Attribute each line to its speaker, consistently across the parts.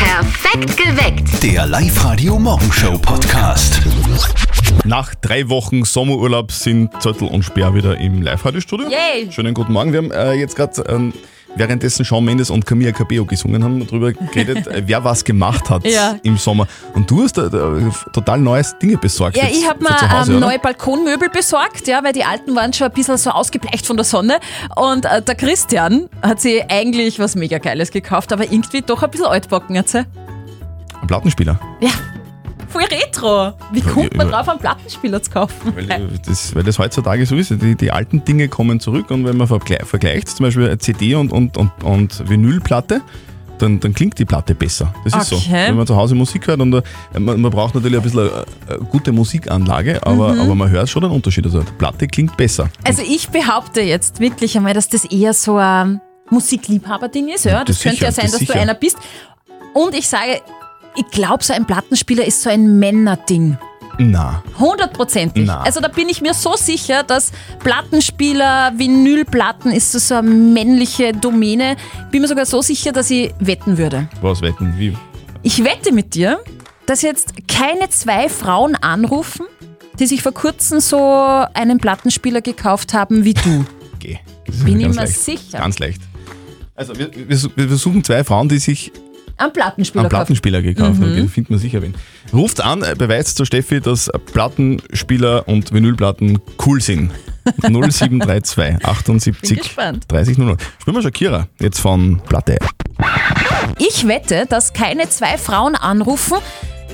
Speaker 1: Perfekt geweckt.
Speaker 2: Der Live-Radio Morgenshow Podcast.
Speaker 3: Nach drei Wochen Sommerurlaub sind Zöttl und Speer wieder im Live-Radio-Studio.
Speaker 4: Yay.
Speaker 3: Schönen guten Morgen. Wir haben äh, jetzt gerade, ähm, währenddessen Shawn Mendes und Camila Cabello gesungen haben, darüber geredet, äh, wer was gemacht hat
Speaker 4: Ja.
Speaker 3: im Sommer. Und du hast äh, äh, total neues Dinge besorgt.
Speaker 4: Ja,
Speaker 3: jetzt
Speaker 4: ich habe
Speaker 3: für
Speaker 4: mir
Speaker 3: zu Hause,
Speaker 4: ähm,
Speaker 3: oder?
Speaker 4: neue Balkonmöbel besorgt, ja, weil die alten waren schon ein bisschen so ausgebleicht von der Sonne. Und äh, der Christian hat sich eigentlich was mega Geiles gekauft, aber irgendwie doch ein bisschen altbacken hat sie.
Speaker 3: Ein Plattenspieler.
Speaker 4: Ja. Voll retro. Wie kommt man drauf, einen Plattenspieler zu kaufen?
Speaker 3: Weil, äh, das, weil das heutzutage so ist. Die, die alten Dinge kommen zurück und wenn man vergle- vergleicht, zum Beispiel eine CD und, und, und, und Vinylplatte, dann, dann klingt die Platte besser. Das ist so.
Speaker 4: Okay.
Speaker 3: Wenn man zu Hause Musik hört und äh, man, man braucht natürlich ein bisschen eine, eine gute Musikanlage, aber,
Speaker 4: Mhm.
Speaker 3: aber man hört schon einen Unterschied. Also die Platte klingt besser.
Speaker 4: Also ich behaupte jetzt wirklich einmal, dass das eher so ein Musikliebhaber-Ding ist. Ja,
Speaker 3: Das
Speaker 4: das könnte
Speaker 3: sicher,
Speaker 4: ja sein,
Speaker 3: das
Speaker 4: dass
Speaker 3: sicher.
Speaker 4: du einer bist. Und ich sage, ich glaube, so ein Plattenspieler ist so ein Männerding.
Speaker 3: Na,
Speaker 4: Hundertprozentig.
Speaker 3: Na.
Speaker 4: Also da bin ich mir so sicher, dass Plattenspieler, Vinylplatten ist so eine männliche Domäne. Bin mir sogar so sicher, dass ich wetten würde.
Speaker 3: was wetten? Wie?
Speaker 4: Ich wette mit dir, dass jetzt keine zwei Frauen anrufen, die sich vor kurzem so einen Plattenspieler gekauft haben wie du.
Speaker 3: Geh. Das ist
Speaker 4: Bin
Speaker 3: ganz
Speaker 4: ich mir
Speaker 3: leicht.
Speaker 4: sicher.
Speaker 3: Ganz leicht. Also wir, wir, wir versuchen zwei Frauen, die sich
Speaker 4: Am Plattenspieler.
Speaker 3: einen
Speaker 4: kaufen.
Speaker 3: Plattenspieler gekauft
Speaker 4: Mhm.
Speaker 3: haben. Den findet man sicher wen. Ruft an, äh, beweist zur Steffi, dass Plattenspieler und Vinylplatten cool sind. 0732 78
Speaker 4: Bin gespannt.
Speaker 3: 30 00. Spielen wir Shakira jetzt von Platte.
Speaker 4: Ich wette, dass keine zwei Frauen anrufen,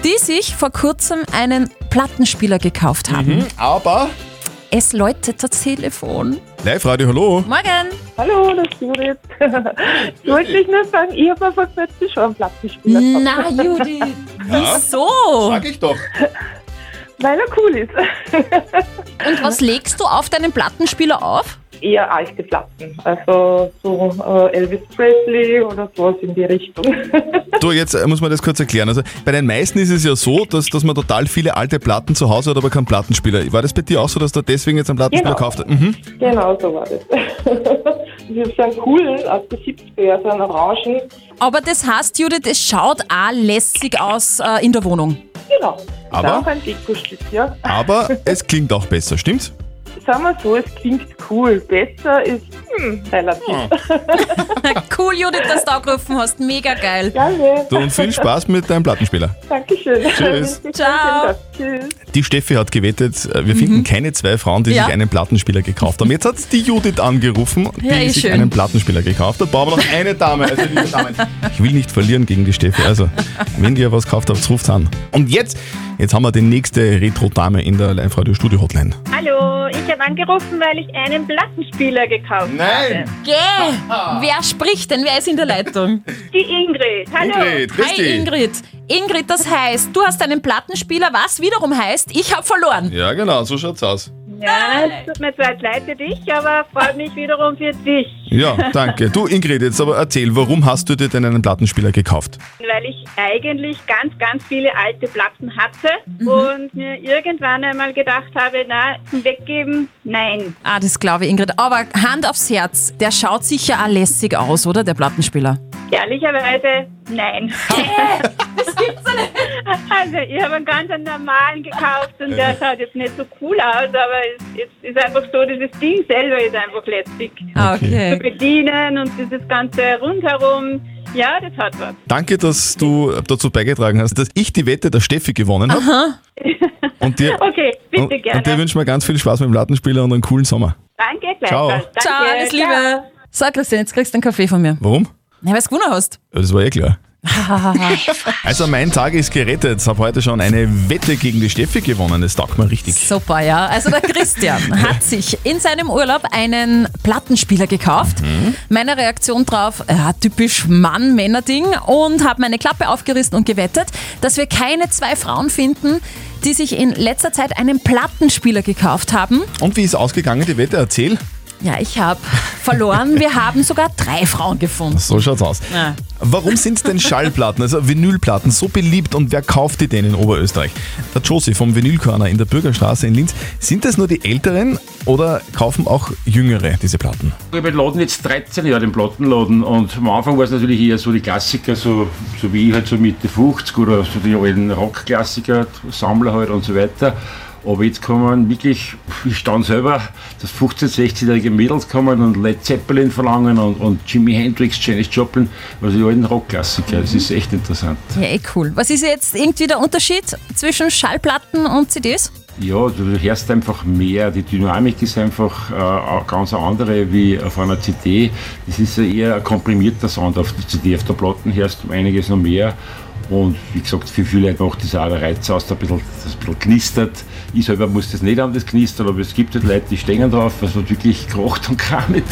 Speaker 4: die sich vor kurzem einen Plattenspieler gekauft
Speaker 3: Mhm.
Speaker 4: haben.
Speaker 3: Hm, Aber
Speaker 4: Es läutet das Telefon.
Speaker 3: Live Radio, hallo.
Speaker 4: Morgen!
Speaker 5: Hallo, das ist Judith. Ich wollte dich Hm. nur sagen, ich habe mir vor kurzem schon einen Plattenspieler gekauft,
Speaker 4: Na, Judith,
Speaker 3: Ja.
Speaker 4: wieso?
Speaker 3: Sag ich doch.
Speaker 5: weil er cool ist.
Speaker 4: Und was legst du auf deinen Plattenspieler auf?
Speaker 5: Eher alte Platten, also so äh, Elvis Presley oder sowas in die Richtung.
Speaker 3: Du, jetzt äh, muss man das kurz erklären. Also bei den meisten ist es ja so, dass, dass man total viele alte Platten zu Hause hat, aber keinen Plattenspieler. War das bei dir auch so, dass du deswegen jetzt einen Plattenspieler
Speaker 5: Genau.
Speaker 3: gekauft hast? Mhm.
Speaker 5: Genau so war das. Das ist so ein coolen aus den 70er, so einen orangen.
Speaker 4: Aber das heißt, Judith, es schaut auch lässig aus äh, in der Wohnung.
Speaker 5: Genau.
Speaker 3: Aber?
Speaker 5: Ist auch ein Dekostück, ja.
Speaker 3: Aber es klingt auch besser, stimmt's?
Speaker 5: Sagen wir so, es klingt cool. Besser ist hm, relativ.
Speaker 4: Cool, Judith, dass du angerufen hast. Mega geil.
Speaker 5: Danke.
Speaker 3: Du, und viel Spaß mit deinem Plattenspieler.
Speaker 5: Dankeschön.
Speaker 3: Tschüss.
Speaker 4: Ciao.
Speaker 5: Tschüss.
Speaker 3: Die Steffi hat gewettet, äh, wir finden keine zwei Frauen, die
Speaker 4: Mhm. Ja.
Speaker 3: sich einen Plattenspieler gekauft haben. Jetzt hat die Judith angerufen, die
Speaker 4: Ja, eh
Speaker 3: sich
Speaker 4: schön.
Speaker 3: einen Plattenspieler gekauft hat. Brauchen wir noch eine Dame. Also, liebe Damen, ich will nicht verlieren gegen die Steffi. Also, wenn ihr was gekauft habt, ruft an. Und jetzt, jetzt haben wir die nächste Retro-Dame in der Live-Radio-Studio-Hotline.
Speaker 6: Hallo, ich habe angerufen, weil ich einen Plattenspieler gekauft habe.
Speaker 4: Geh! Wer spricht denn? Wer ist in der Leitung?
Speaker 6: Die Ingrid. Hallo.
Speaker 3: Ingrid, grüß
Speaker 4: Hi,
Speaker 3: dich.
Speaker 4: Ingrid. Ingrid, das heißt, du hast einen Plattenspieler, was wiederum heißt, ich habe verloren.
Speaker 3: Ja, genau, so schaut's aus.
Speaker 6: Ja, es tut mir zwar leid für dich, aber freut mich wiederum für dich,
Speaker 3: Ja, danke. Du, Ingrid, jetzt aber erzähl, warum hast du dir denn einen Plattenspieler gekauft?
Speaker 6: weil ich eigentlich ganz, ganz viele alte Platten hatte und mir irgendwann einmal gedacht habe, na, zum Weggeben, nein.
Speaker 4: Ah, das glaube ich, Ingrid. Aber Hand aufs Herz, der schaut sicher auch lässig aus, oder, der Plattenspieler?
Speaker 6: Ehrlicherweise, nein. Also, ich habe einen ganz normalen gekauft und der schaut jetzt nicht so cool aus, aber es, es ist einfach so, dieses Ding selber ist einfach lästig.
Speaker 4: Ah, Okay.
Speaker 6: zu bedienen und dieses ganze rundherum. Ja, das hat was.
Speaker 3: Danke, dass du dazu beigetragen hast, dass ich die Wette der Steffi gewonnen habe. Und dir,
Speaker 6: Okay, bitte
Speaker 3: und,
Speaker 6: gerne.
Speaker 3: und dir wünschen wir ganz viel Spaß mit dem Plattenspieler und einen coolen Sommer.
Speaker 6: Danke,
Speaker 3: Ciao.
Speaker 6: gleichfalls. Danke.
Speaker 4: Ciao, alles Liebe. So, Christian, jetzt kriegst du einen Kaffee von mir.
Speaker 3: Warum?
Speaker 4: Na, weil du gewonnen hast.
Speaker 3: Das war eh klar. also mein Tag ist gerettet. Habe heute schon eine Wette gegen die Steffi gewonnen. Das taugt mir richtig.
Speaker 4: Super, ja. Also der Christian hat sich in seinem Urlaub einen Plattenspieler gekauft. Meine Reaktion drauf, ja, typisch Mann-Männer-Ding und habe meine Klappe aufgerissen und gewettet, dass wir keine zwei Frauen finden, die sich in letzter Zeit einen Plattenspieler gekauft haben.
Speaker 3: Und wie ist ausgegangen die Wette? Erzähl.
Speaker 4: Ja, ich habe verloren. Wir haben sogar drei Frauen gefunden.
Speaker 3: So schaut's aus.
Speaker 4: Ja.
Speaker 3: Warum sind denn Schallplatten, also Vinylplatten, so beliebt und wer kauft die denn in Oberösterreich? Der Josi vom Vinylkörner in der Bürgerstraße in Linz. Sind das nur die Älteren oder kaufen auch Jüngere diese Platten?
Speaker 1: Ich habe den Laden jetzt 13 Jahre, den Plattenladen. Und am Anfang war es natürlich eher so die Klassiker, so, so wie ich halt so Mitte 50 oder so die alten Rockklassiker, Sammler halt und so weiter. Aber jetzt kommen wirklich, ich stand selber, dass 15-, 16-jährige Mädels kommen und Led Zeppelin verlangen und, und Jimi Hendrix, Janis Joplin, also die alten Rockklassiker. Das ist echt interessant.
Speaker 4: Ja, eh cool. Was ist jetzt irgendwie der Unterschied zwischen Schallplatten und CDs?
Speaker 1: Ja, du hörst einfach mehr. Die Dynamik ist einfach äh, eine ganz eine andere wie auf einer CD. Das ist ja eher ein komprimierter Sound auf der CD. Auf der Platten hörst du einiges noch mehr. Und wie gesagt, für viele Leute macht das auch der Reiz aus, der ein bisschen, das ein bisschen knistert. Ich selber muss das nicht haben, das knistern, aber es gibt halt Leute, die stehen drauf, was man wirklich kocht und kramt.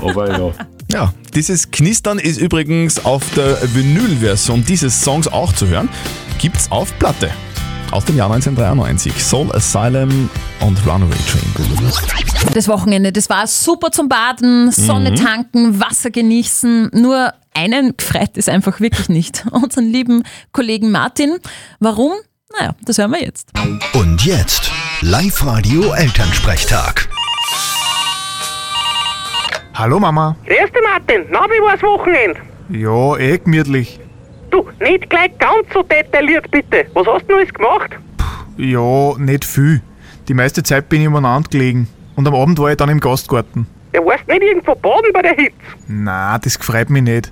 Speaker 1: Aber ja.
Speaker 3: Ja, dieses Knistern ist übrigens auf der Vinyl-Version dieses Songs auch zu hören. Gibt's auf Platte. Aus dem Jahr 1993. Soul Asylum und Runaway Train.
Speaker 4: Das Wochenende, das war super zum Baden, Sonne
Speaker 3: Mhm.
Speaker 4: tanken, Wasser genießen. Nur einen gefreut ist einfach wirklich nicht. Unseren lieben Kollegen Martin. Warum? Naja, das hören wir jetzt.
Speaker 2: Und jetzt Live-Radio Elternsprechtag.
Speaker 7: Hallo Mama.
Speaker 8: Grüß dich, Martin. Na, wie war's Wochenende?
Speaker 7: Ja, eh gemütlich.
Speaker 8: Du, nicht gleich ganz so detailliert, bitte. Was hast du denn alles gemacht?
Speaker 7: Ja, nicht viel. Die meiste Zeit bin ich umeinander gelegen. Und am Abend war ich dann im Gastgarten.
Speaker 8: Ja, warst nicht irgendwo baden bei der Hitze?
Speaker 7: Na, das gefreut mich nicht.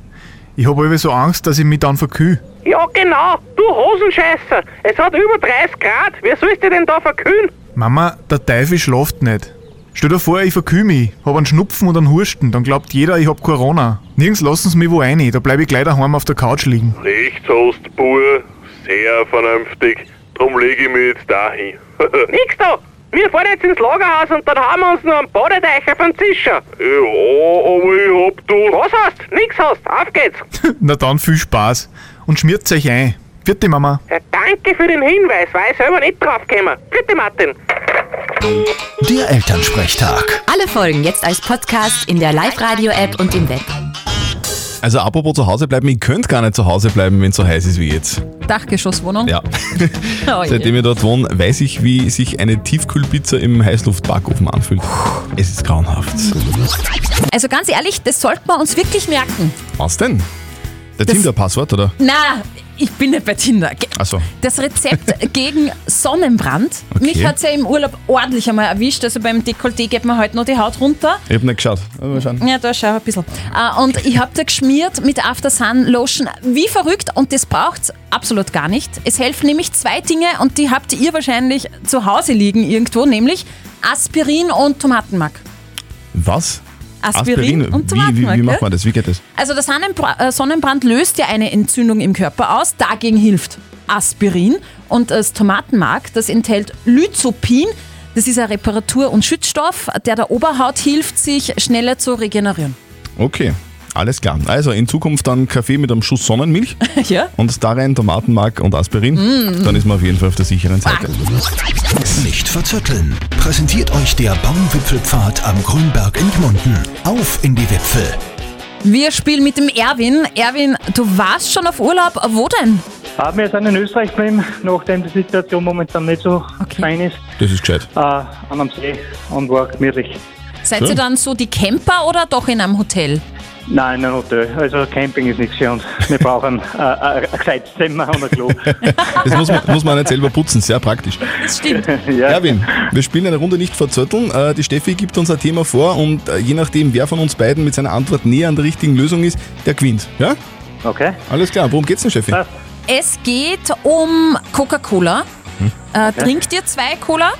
Speaker 7: Ich habe irgendwie so Angst, dass ich mich dann verkühl.
Speaker 8: Ja, genau. Du Hosenscheißer. Es hat über 30 Grad. Wer sollst du denn da verkühlen?
Speaker 7: Mama, der Teufel schlaft nicht. Stell dir vor, ich verkühl mich, hab einen Schnupfen und einen Husten, dann glaubt jeder, ich hab Corona. Nirgends lassen sie mich wo rein, da bleib ich gleich daheim auf der Couch liegen.
Speaker 9: Nichts hast, Bur. Sehr vernünftig. Drum leg ich mich jetzt dahin.
Speaker 8: Nix da. Wir fahren jetzt ins Lagerhaus und dann haben wir uns noch einen Badeteich auf den Zischer.
Speaker 9: ja, aber ich hab da.
Speaker 8: Was hast? Nix hast. Auf geht's.
Speaker 7: Na dann viel Spaß. Und schmiert's euch ein. Vierte Mama.
Speaker 8: Ja, danke für den Hinweis, weil ich selber nicht draufgekommen. Bitte, Martin.
Speaker 2: Der Elternsprechtag.
Speaker 10: Alle Folgen jetzt als Podcast in der Live-Radio-App und im Web.
Speaker 3: Also apropos zu Hause bleiben, ihr könnt gar nicht zu Hause bleiben, wenn es so heiß ist wie jetzt.
Speaker 4: Dachgeschosswohnung.
Speaker 3: Ja.
Speaker 4: Oh je.
Speaker 3: Seitdem ich dort wohne, weiß ich, wie sich eine Tiefkühlpizza im Heißluftbackofen anfühlt. Es ist grauenhaft.
Speaker 4: Also ganz ehrlich, das sollten wir uns wirklich merken.
Speaker 3: Was denn? Der
Speaker 4: Das-
Speaker 3: Tinder-Passwort, oder?
Speaker 4: Na, ich bin nicht bei Tinder. Ge-
Speaker 3: Achso.
Speaker 4: Das Rezept gegen Sonnenbrand.
Speaker 3: Okay.
Speaker 4: Mich hat es ja im Urlaub ordentlich einmal erwischt. Also beim Dekolleté geht mir heute noch die Haut runter.
Speaker 3: Ich hab nicht geschaut. Aber mal schauen.
Speaker 4: Ja, da schau ein bisschen. Äh, Und ich habe da geschmiert mit After Sun Lotion. Wie verrückt und das braucht's absolut gar nicht. Es helfen nämlich zwei Dinge und die habt ihr wahrscheinlich zu Hause liegen irgendwo, nämlich Aspirin und Tomatenmark.
Speaker 3: Was?
Speaker 4: Aspirin, und
Speaker 3: wie, wie,
Speaker 4: Tomatenmark.
Speaker 3: wie
Speaker 4: gell?
Speaker 3: macht man das? Wie geht das?
Speaker 4: Also der Sonnenbra äh, Sonnenbrand löst ja eine Entzündung im Körper aus, dagegen hilft Aspirin und das Tomatenmark, das enthält Lyzopin, das ist ein Reparatur- und Schützstoff, der der Oberhaut hilft, sich schneller zu regenerieren.
Speaker 3: Okay, alles klar. Also in Zukunft dann Kaffee mit einem Schuss Sonnenmilch
Speaker 4: ja?
Speaker 3: und darin Tomatenmark und Aspirin. Dann ist man auf jeden Fall auf der sicheren Seite.
Speaker 2: Nicht verzötteln. Präsentiert euch der Baumwipfelpfad am Grünberg in Gmunden. Auf in die Wipfel.
Speaker 4: Wir spielen mit dem Erwin. Erwin, du warst schon auf Urlaub, wo denn?
Speaker 5: Haben wir jetzt in Österreich geblieben, nachdem die Situation momentan nicht so
Speaker 4: Okay.
Speaker 5: fein ist,
Speaker 3: Das ist gescheit.
Speaker 5: äh, an am See und war gemütlich.
Speaker 4: Seid
Speaker 3: Schön.
Speaker 4: ihr dann so die Camper oder doch in einem Hotel?
Speaker 5: Nein, in einem Hotel. Also Camping ist nichts für uns. Wir brauchen äh, ein, ein gescheites Zimmer und ein Klo.
Speaker 3: Das muss man, muss man nicht selber putzen, sehr praktisch.
Speaker 4: Das stimmt.
Speaker 5: ja,
Speaker 3: Erwin, wir spielen eine Runde nicht verzötteln. Äh, Die Steffi gibt uns ein Thema vor und äh, je nachdem, wer von uns beiden mit seiner Antwort näher an der richtigen Lösung ist, der gewinnt. Ja?
Speaker 5: okay.
Speaker 3: Alles klar. Worum geht's denn, Steffi?
Speaker 5: Was?
Speaker 4: Es geht um Coca-Cola. Äh, trinkt ihr zwei Cola?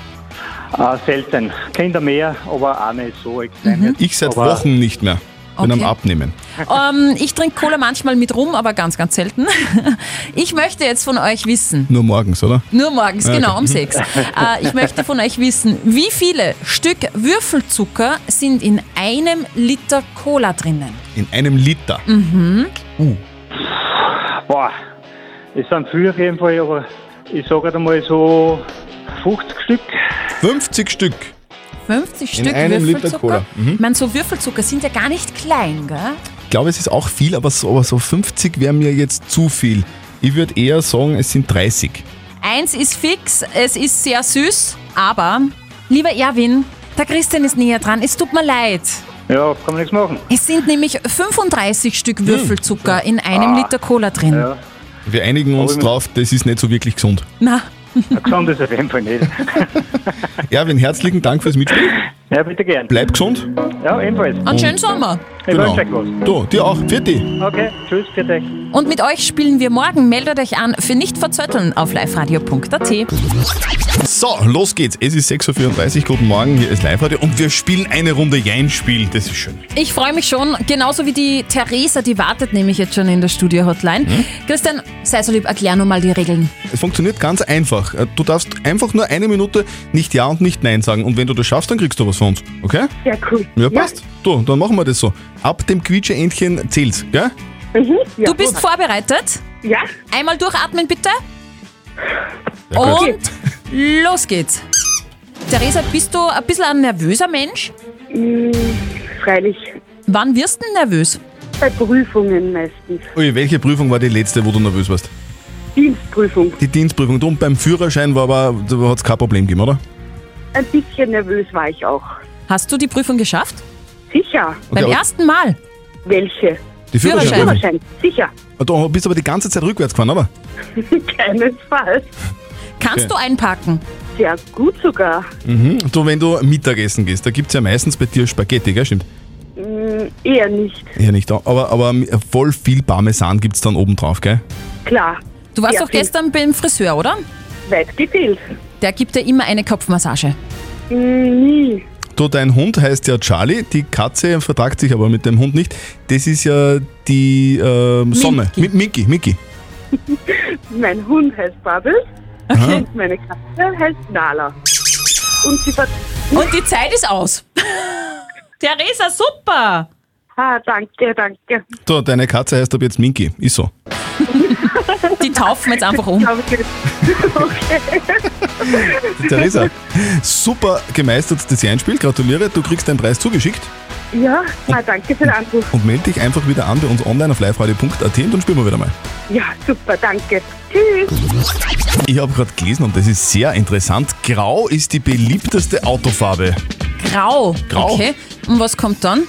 Speaker 5: Äh, selten. Kinder mehr, aber auch nicht so extrem. jetzt.
Speaker 3: Ich seit
Speaker 5: Aber-
Speaker 3: Wochen nicht mehr. Bin
Speaker 4: Okay.
Speaker 3: am Abnehmen.
Speaker 4: Ähm, ich trinke Cola manchmal mit rum, aber ganz, ganz selten. Ich möchte jetzt von euch wissen,
Speaker 3: Nur morgens, oder?
Speaker 4: nur morgens, genau um sechs. Äh, ich möchte von euch wissen, wie viele Stück Würfelzucker sind in einem Liter Cola drinnen?
Speaker 3: In einem Liter.
Speaker 5: Boah, es sind viele auf jeden Fall, halt aber ich sage jetzt einmal so 50 Stück.
Speaker 3: 50 Stück.
Speaker 4: 50
Speaker 3: In
Speaker 4: Stück
Speaker 3: einem Liter
Speaker 4: Würfelzucker.
Speaker 3: Cola. Mhm.
Speaker 4: Ich meine, so Würfelzucker sind ja gar nicht klein, gell?
Speaker 3: Ich glaube, es ist auch viel, aber so, aber so 50 wäre mir jetzt zu viel. Ich würde eher sagen, es sind 30.
Speaker 4: Eins ist fix, es ist sehr süß, aber, lieber Erwin, der Christian ist näher dran, es tut mir leid.
Speaker 11: Ja, kann man nichts machen.
Speaker 4: Es sind nämlich 35
Speaker 3: Hm.
Speaker 4: Stück Würfelzucker in einem Liter Cola drin.
Speaker 11: Ja.
Speaker 3: Wir einigen uns drauf, das ist nicht so wirklich gesund.
Speaker 4: Na,
Speaker 11: Gesund ist auf jeden Fall nicht.
Speaker 3: Erwin, herzlichen Dank fürs Mitspielen.
Speaker 11: Ja, bitte gern.
Speaker 3: Bleib gesund.
Speaker 11: Ja, ebenfalls.
Speaker 3: Hm.
Speaker 4: einen schönen Sommer.
Speaker 11: Ich
Speaker 3: Genau.
Speaker 11: wünsche euch was.
Speaker 3: Du, dir auch. Vierte.
Speaker 11: Okay, tschüss, für dich.
Speaker 4: Und mit euch spielen wir morgen. Meldet euch an für nicht verzötteln auf liveradio.at.
Speaker 3: So, los geht's. Es ist 6.34 Uhr. Guten Morgen, hier ist Live-Radio und wir spielen eine Runde Jein-Spiel. Das ist schön.
Speaker 4: Ich freue mich schon, genauso wie die Theresa, die wartet nämlich jetzt schon in der Studio-Hotline.
Speaker 3: Hm.
Speaker 4: Christian, sei so lieb, erklär nun mal die Regeln.
Speaker 3: Es funktioniert ganz einfach. Äh, Du darfst einfach nur eine Minute nicht Ja und nicht Nein sagen. Und wenn du das schaffst, dann kriegst du was von uns. Okay?
Speaker 12: Ja, cool.
Speaker 3: Ja, passt. Du, dann machen wir das so. Ab dem Quietscheentchen zählt's, gell?
Speaker 4: du bist vorbereitet?
Speaker 12: Ja.
Speaker 4: Einmal durchatmen bitte.
Speaker 3: Ja, gut.
Speaker 4: Und los geht's. Theresa, bist du ein bisschen ein nervöser Mensch?
Speaker 12: Mm, Freilich.
Speaker 4: Wann wirst du denn nervös?
Speaker 12: Bei Prüfungen meistens.
Speaker 3: Ui, welche Prüfung war die letzte, wo du nervös warst?
Speaker 12: Dienstprüfung.
Speaker 3: Die Dienstprüfung. Und beim Führerschein war aber, da hat's kein Problem gegeben, oder?
Speaker 12: Ein bisschen nervös war ich auch.
Speaker 4: Hast du die Prüfung geschafft?
Speaker 12: Sicher.
Speaker 4: Beim
Speaker 3: aber-
Speaker 4: ersten Mal?
Speaker 12: Welche?
Speaker 3: Die Führerschein. Ah,
Speaker 12: Führerschein. Sicher.
Speaker 3: Du bist aber die ganze Zeit rückwärts gefahren, aber?
Speaker 12: Keinesfalls.
Speaker 4: Kannst du einpacken?
Speaker 12: Sehr gut sogar.
Speaker 3: Mhm. Du, wenn du Mittagessen gehst, da gibt's ja meistens bei dir Spaghetti, gell? Stimmt.
Speaker 12: Hm, eher nicht.
Speaker 3: Ja, nicht da. Aber, aber voll viel Parmesan gibt's dann oben drauf, gell?
Speaker 12: Klar.
Speaker 4: Du warst
Speaker 12: Ja,
Speaker 4: doch
Speaker 12: viel.
Speaker 4: gestern beim Friseur, oder?
Speaker 12: Weit gefehlt.
Speaker 4: Der gibt dir immer eine Kopfmassage.
Speaker 12: Hm, nie.
Speaker 3: Du, dein Hund heißt ja Charlie, die Katze vertragt sich aber mit dem Hund nicht. Das ist ja die ähm, Sonne. Mi Mickey, Mickey.
Speaker 12: Mein Hund heißt Bubble. Und meine Katze heißt Nala. Und sie ver...
Speaker 4: Und die Zeit ist aus. Theresa, super!
Speaker 12: Ah, danke, danke.
Speaker 3: Du, deine Katze heißt ab jetzt Minky. Ist so.
Speaker 4: Die taufen wir jetzt einfach um.
Speaker 3: Theresa, super gemeistertes Designspiel. Gratuliere, du kriegst deinen Preis zugeschickt.
Speaker 12: Ja, ah, danke für den Anruf.
Speaker 3: Und melde dich einfach wieder an bei uns online auf liveradio.at und dann spielen wir wieder mal.
Speaker 12: Ja, super, danke. Tschüss.
Speaker 3: Ich habe gerade gelesen und das ist sehr interessant. Grau ist die beliebteste Autofarbe.
Speaker 4: Grau.
Speaker 3: Grau.
Speaker 4: Okay. Und was kommt dann?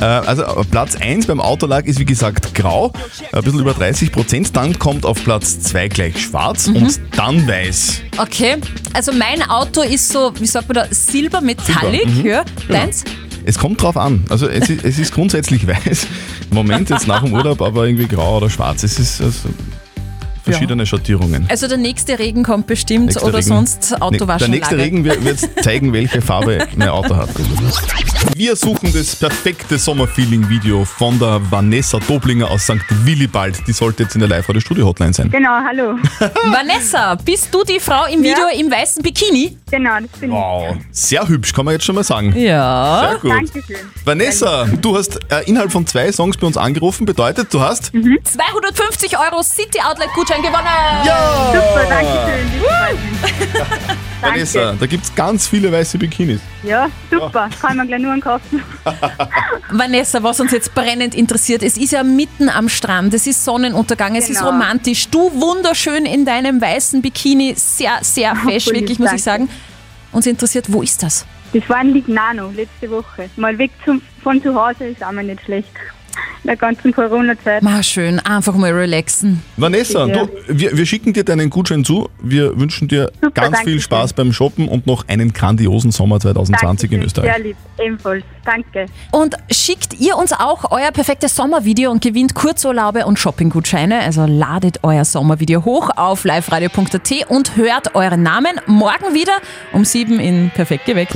Speaker 3: Äh, Also äh, Platz 1 beim Autolack ist wie gesagt grau, Äh, ein bisschen über 30 Prozent. Dann kommt auf Platz 2 gleich schwarz und dann weiß.
Speaker 4: Okay. Also mein Auto ist so, wie sagt man da, silbermetallic.
Speaker 3: Silber, mhm.
Speaker 4: Ja.
Speaker 3: Genau.
Speaker 4: Deins?
Speaker 3: Es kommt drauf an. Also es ist, es ist grundsätzlich weiß. Im Moment jetzt nach dem Urlaub, aber irgendwie grau oder schwarz. Es ist also verschiedene Schattierungen.
Speaker 4: Also der nächste Regen kommt bestimmt
Speaker 3: Nächster
Speaker 4: oder
Speaker 3: Regen-
Speaker 4: sonst Autowaschanlage.
Speaker 3: Der nächste Regen wird zeigen, welche Farbe mein Auto hat. Wir suchen das perfekte Sommerfeeling-Video von der Vanessa Doblinger aus St. Willibald. Die sollte jetzt in der live oder studio hotline sein.
Speaker 6: Genau, hallo.
Speaker 4: Vanessa, bist du die Frau im Video im weißen Bikini?
Speaker 6: Genau, das bin
Speaker 3: Wow, sehr hübsch, kann man jetzt schon mal sagen.
Speaker 4: Ja.
Speaker 3: Sehr gut.
Speaker 6: Dankeschön.
Speaker 3: Vanessa, du hast äh, innerhalb von zwei Songs bei uns angerufen, bedeutet, du hast.
Speaker 4: 250 Euro City Outlet Gutschein gewonnen!
Speaker 3: Ja! Super, danke schön.
Speaker 6: Danke.
Speaker 3: Vanessa, da gibt es ganz viele weiße Bikinis.
Speaker 6: Ja, super.
Speaker 3: Oh.
Speaker 6: Kann man gleich nur einen kaufen.
Speaker 4: Vanessa, was uns jetzt brennend interessiert, es ist ja mitten am Strand, es ist Sonnenuntergang, es ist
Speaker 6: Genau.
Speaker 4: romantisch. Du wunderschön in deinem weißen Bikini, sehr, sehr fesch,
Speaker 6: voll lieb,
Speaker 4: wirklich, muss ich sagen.
Speaker 6: danke.
Speaker 4: Uns interessiert, wo ist das?
Speaker 6: Das war in Lignano letzte Woche. Mal weg zum, von zu Hause ist auch mal nicht schlecht. In der ganzen Corona-Zeit.
Speaker 4: Mal schön, einfach mal relaxen.
Speaker 3: Vanessa,
Speaker 6: Ja.
Speaker 3: du, wir, wir schicken dir deinen Gutschein zu. Wir wünschen dir ganz
Speaker 6: danke
Speaker 3: viel Spaß beim Shoppen und noch einen grandiosen Sommer 2020 in Österreich.
Speaker 6: Sehr lieb, ebenfalls. Danke.
Speaker 4: Und schickt ihr uns auch euer perfektes Sommervideo und gewinnt Kurzurlaube und Shoppinggutscheine. Also ladet euer Sommervideo hoch auf liveradio.at und hört euren Namen morgen wieder um sieben in Perfekt geweckt.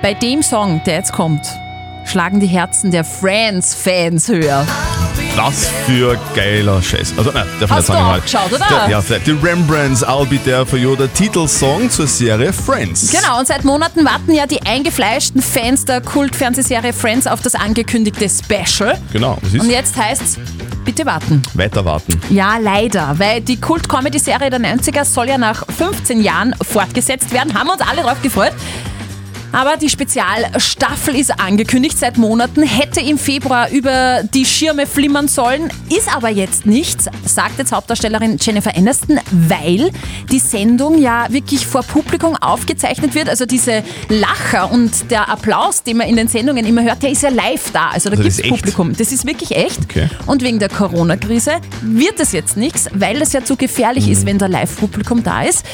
Speaker 4: Bei dem Song, der jetzt kommt, schlagen die Herzen der Friends-Fans höher.
Speaker 3: Was für geiler Scheiß. Also, nein, darf ich nicht
Speaker 4: Hast
Speaker 3: sagen.
Speaker 4: du
Speaker 3: mal.
Speaker 4: abgeschaut, oder?
Speaker 3: Der, ja, vielleicht. Die Rembrandts, I'll be there for you, der Titelsong zur Serie Friends.
Speaker 4: Genau, und seit Monaten warten ja die eingefleischten Fans der Kultfernsehserie Friends auf das angekündigte Special.
Speaker 3: Genau, das ist
Speaker 4: Und jetzt heißt's, bitte warten.
Speaker 3: weiter warten.
Speaker 4: Ja, leider, weil die Kult-Comedy-Serie der 90er soll ja nach 15 Jahren fortgesetzt werden. Haben wir uns alle drauf gefreut. Aber die Spezialstaffel ist angekündigt seit Monaten, hätte im Februar über die Schirme flimmern sollen, ist aber jetzt nicht, sagt jetzt Hauptdarstellerin Jennifer Aniston, weil die Sendung ja wirklich vor Publikum aufgezeichnet wird. Also diese Lacher und der Applaus, den man in den Sendungen immer hört, der ist ja live da. Also da
Speaker 3: Also das
Speaker 4: gibt's
Speaker 3: ist echt?
Speaker 4: Publikum. Das ist wirklich echt.
Speaker 3: Okay.
Speaker 4: Und wegen der Corona-Krise wird es jetzt nichts, weil es ja zu gefährlich ist, wenn da Live-Publikum da ist.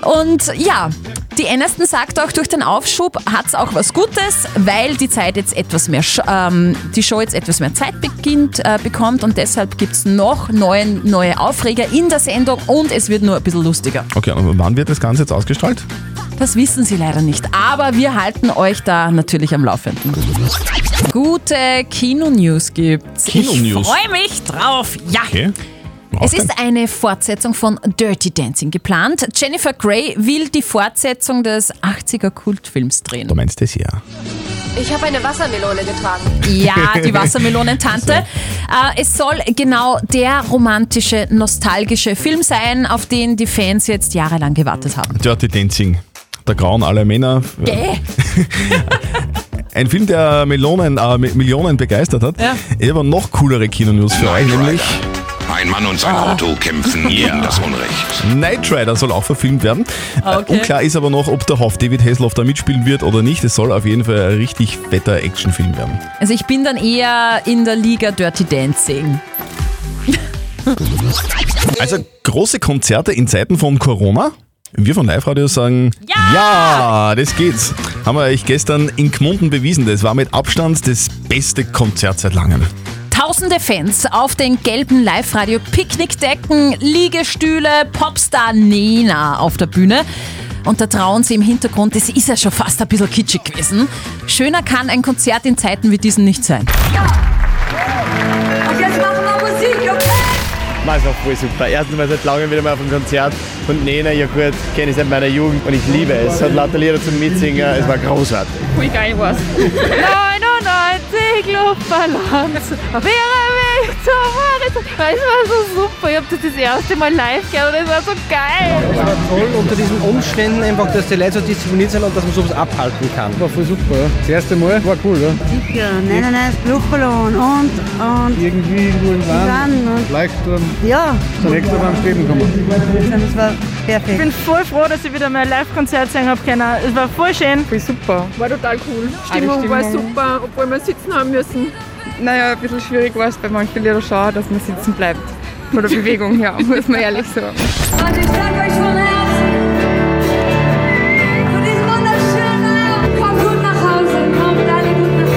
Speaker 4: Und ja, die Aniston sagt auch, durch den Aufschub hat es auch was Gutes, weil die Zeit jetzt etwas mehr, Sch- ähm, die Show jetzt etwas mehr Zeit beginnt, äh, bekommt und deshalb gibt es noch neuen, neue Aufreger in der Sendung und es wird nur ein bisschen lustiger.
Speaker 3: Okay, und wann wird das Ganze jetzt ausgestrahlt?
Speaker 4: Das wissen Sie leider nicht, aber wir halten euch da natürlich am Laufenden. Gute Kino-News gibt's.
Speaker 3: Kino-News?
Speaker 4: Ich freue mich drauf. Ja.
Speaker 3: Okay.
Speaker 4: Es ist eine Fortsetzung von Dirty Dancing geplant. Jennifer Grey will die Fortsetzung des 80er Kultfilms drehen. Du
Speaker 3: meinst das ja.
Speaker 10: Ich habe eine Wassermelone getragen.
Speaker 4: Ja, die Wassermelonentante. Äh, es soll genau der romantische, nostalgische Film sein, auf den die Fans jetzt jahrelang gewartet haben.
Speaker 3: Dirty Dancing. Der Grauen aller Männer.
Speaker 4: Gäh.
Speaker 3: Ein Film, der Melonen, äh, Mi- Millionen begeistert hat. Ja. Ich habe noch coolere Kino-News für euch, nämlich
Speaker 13: Ein Mann und sein
Speaker 3: Oh.
Speaker 13: Auto kämpfen gegen das Unrecht.
Speaker 3: Knight Rider soll auch verfilmt werden. Äh,
Speaker 13: Okay.
Speaker 3: Unklar ist aber noch, ob der Hoff David Hasselhoff da mitspielen wird oder nicht. Es soll auf jeden Fall ein richtig fetter Actionfilm werden.
Speaker 4: Also ich bin dann eher in der Liga Dirty Dancing.
Speaker 3: Also große Konzerte in Zeiten von Corona. Wir von Live Radio sagen, ja! das geht's. Haben wir euch gestern in Gmunden bewiesen. Das war mit Abstand das beste Konzert seit langem.
Speaker 4: Tausende Fans auf den gelben Live-Radio Picknickdecken, Liegestühle, Popstar Nena auf der Bühne. Und da trauen sie im Hintergrund, das ist ja schon fast ein bisschen kitschig gewesen. Schöner kann ein Konzert in Zeiten wie diesen nicht sein.
Speaker 14: Und jetzt machen wir Musik, okay?
Speaker 15: Nein, es war Also voll super. Erstens mal seit langem wieder mal auf dem Konzert. Und Nena, ja gut, kenne ich seit meiner Jugend und ich liebe es. Hat lauter Lieder zum Mitsingen, es war großartig.
Speaker 16: Ui, geil war's. 99 Luftballons auf ihrem Weg zum Horizont. Weil Es war so super. Ich hab das das erste Mal live gehört und es war so
Speaker 17: Es
Speaker 16: geil.
Speaker 17: war toll unter diesen Umständen einfach, dass die Leute so diszipliniert sind und dass man sowas abhalten kann. War voll super. Das erste Mal war cool, ja?
Speaker 18: Sicher, nein, nein, nein, Luftballon und, und... Irgendwie irgendwo in
Speaker 17: Wahn.
Speaker 18: und
Speaker 17: Leichtturm.
Speaker 18: Ja.
Speaker 17: Zunächst einmal am Stehen kommen.
Speaker 18: Das war perfekt.
Speaker 19: Ich bin voll froh, dass ich wieder mal ein Live-Konzert sehen habe können. Es war voll schön. Voll super. War total cool.
Speaker 20: Ah, Stimmung, war super, obwohl wir sitzen haben müssen. Naja, ein bisschen schwierig war es bei manchen Liedern schon, dass man sitzen bleibt. Oder Bewegung, ja, muss man ehrlich sagen.
Speaker 14: Und ich sag euch von Herzen, von diesem wunderschönen Abend, kommt gut nach Hause, kommt alle gut nach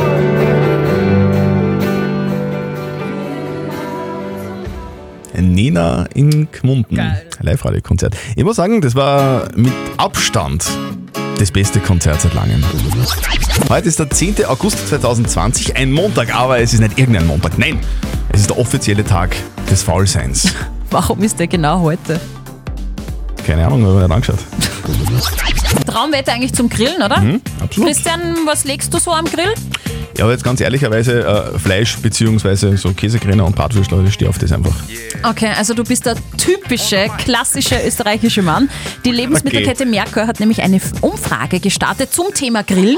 Speaker 3: Nena in Gmunden. Live-Radio-Konzert. Ich muss sagen, das war mit Abstand das beste Konzert seit langem. Heute ist der 10. August 2020, ein Montag, aber es ist nicht irgendein Montag. Nein, es ist der offizielle Tag des Faulseins.
Speaker 4: Warum ist der genau heute?
Speaker 3: Keine Ahnung, weil wir nicht angeschaut.
Speaker 4: Traumwetter eigentlich zum Grillen, oder?
Speaker 3: Mhm, absolut.
Speaker 4: Christian, was legst du so am Grill?
Speaker 3: Ja, aber jetzt ganz ehrlicherweise, äh, Fleisch bzw. so Käsekräner und Bratwürste, Leute, ich stehe auf das einfach.
Speaker 4: Okay, also du bist der typische, klassische österreichische Mann. Die Lebensmittelkette Merkur hat nämlich eine Umfrage gestartet zum Thema Grillen.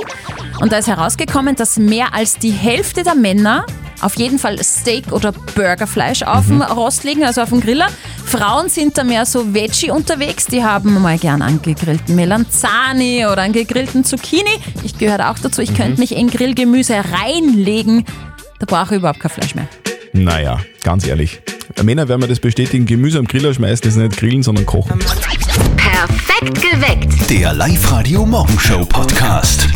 Speaker 4: Und da ist herausgekommen, dass mehr als die Hälfte der Männer auf jeden Fall Steak oder Burgerfleisch auf dem Rost legen, also auf dem Griller. Frauen sind da mehr so Veggie unterwegs. Die haben mal gern angegrillten Melanzani oder angegrillten Zucchini. Ich gehöre da auch dazu. Ich könnte mich in Grillgemüse reinlegen. Da brauche ich überhaupt kein Fleisch mehr.
Speaker 3: Naja, ganz ehrlich. Männer werden mir das bestätigen, Gemüse am Griller schmeißen ist nicht grillen, sondern kochen.
Speaker 10: Perfekt geweckt.
Speaker 2: Der Live-Radio Morgenshow Podcast.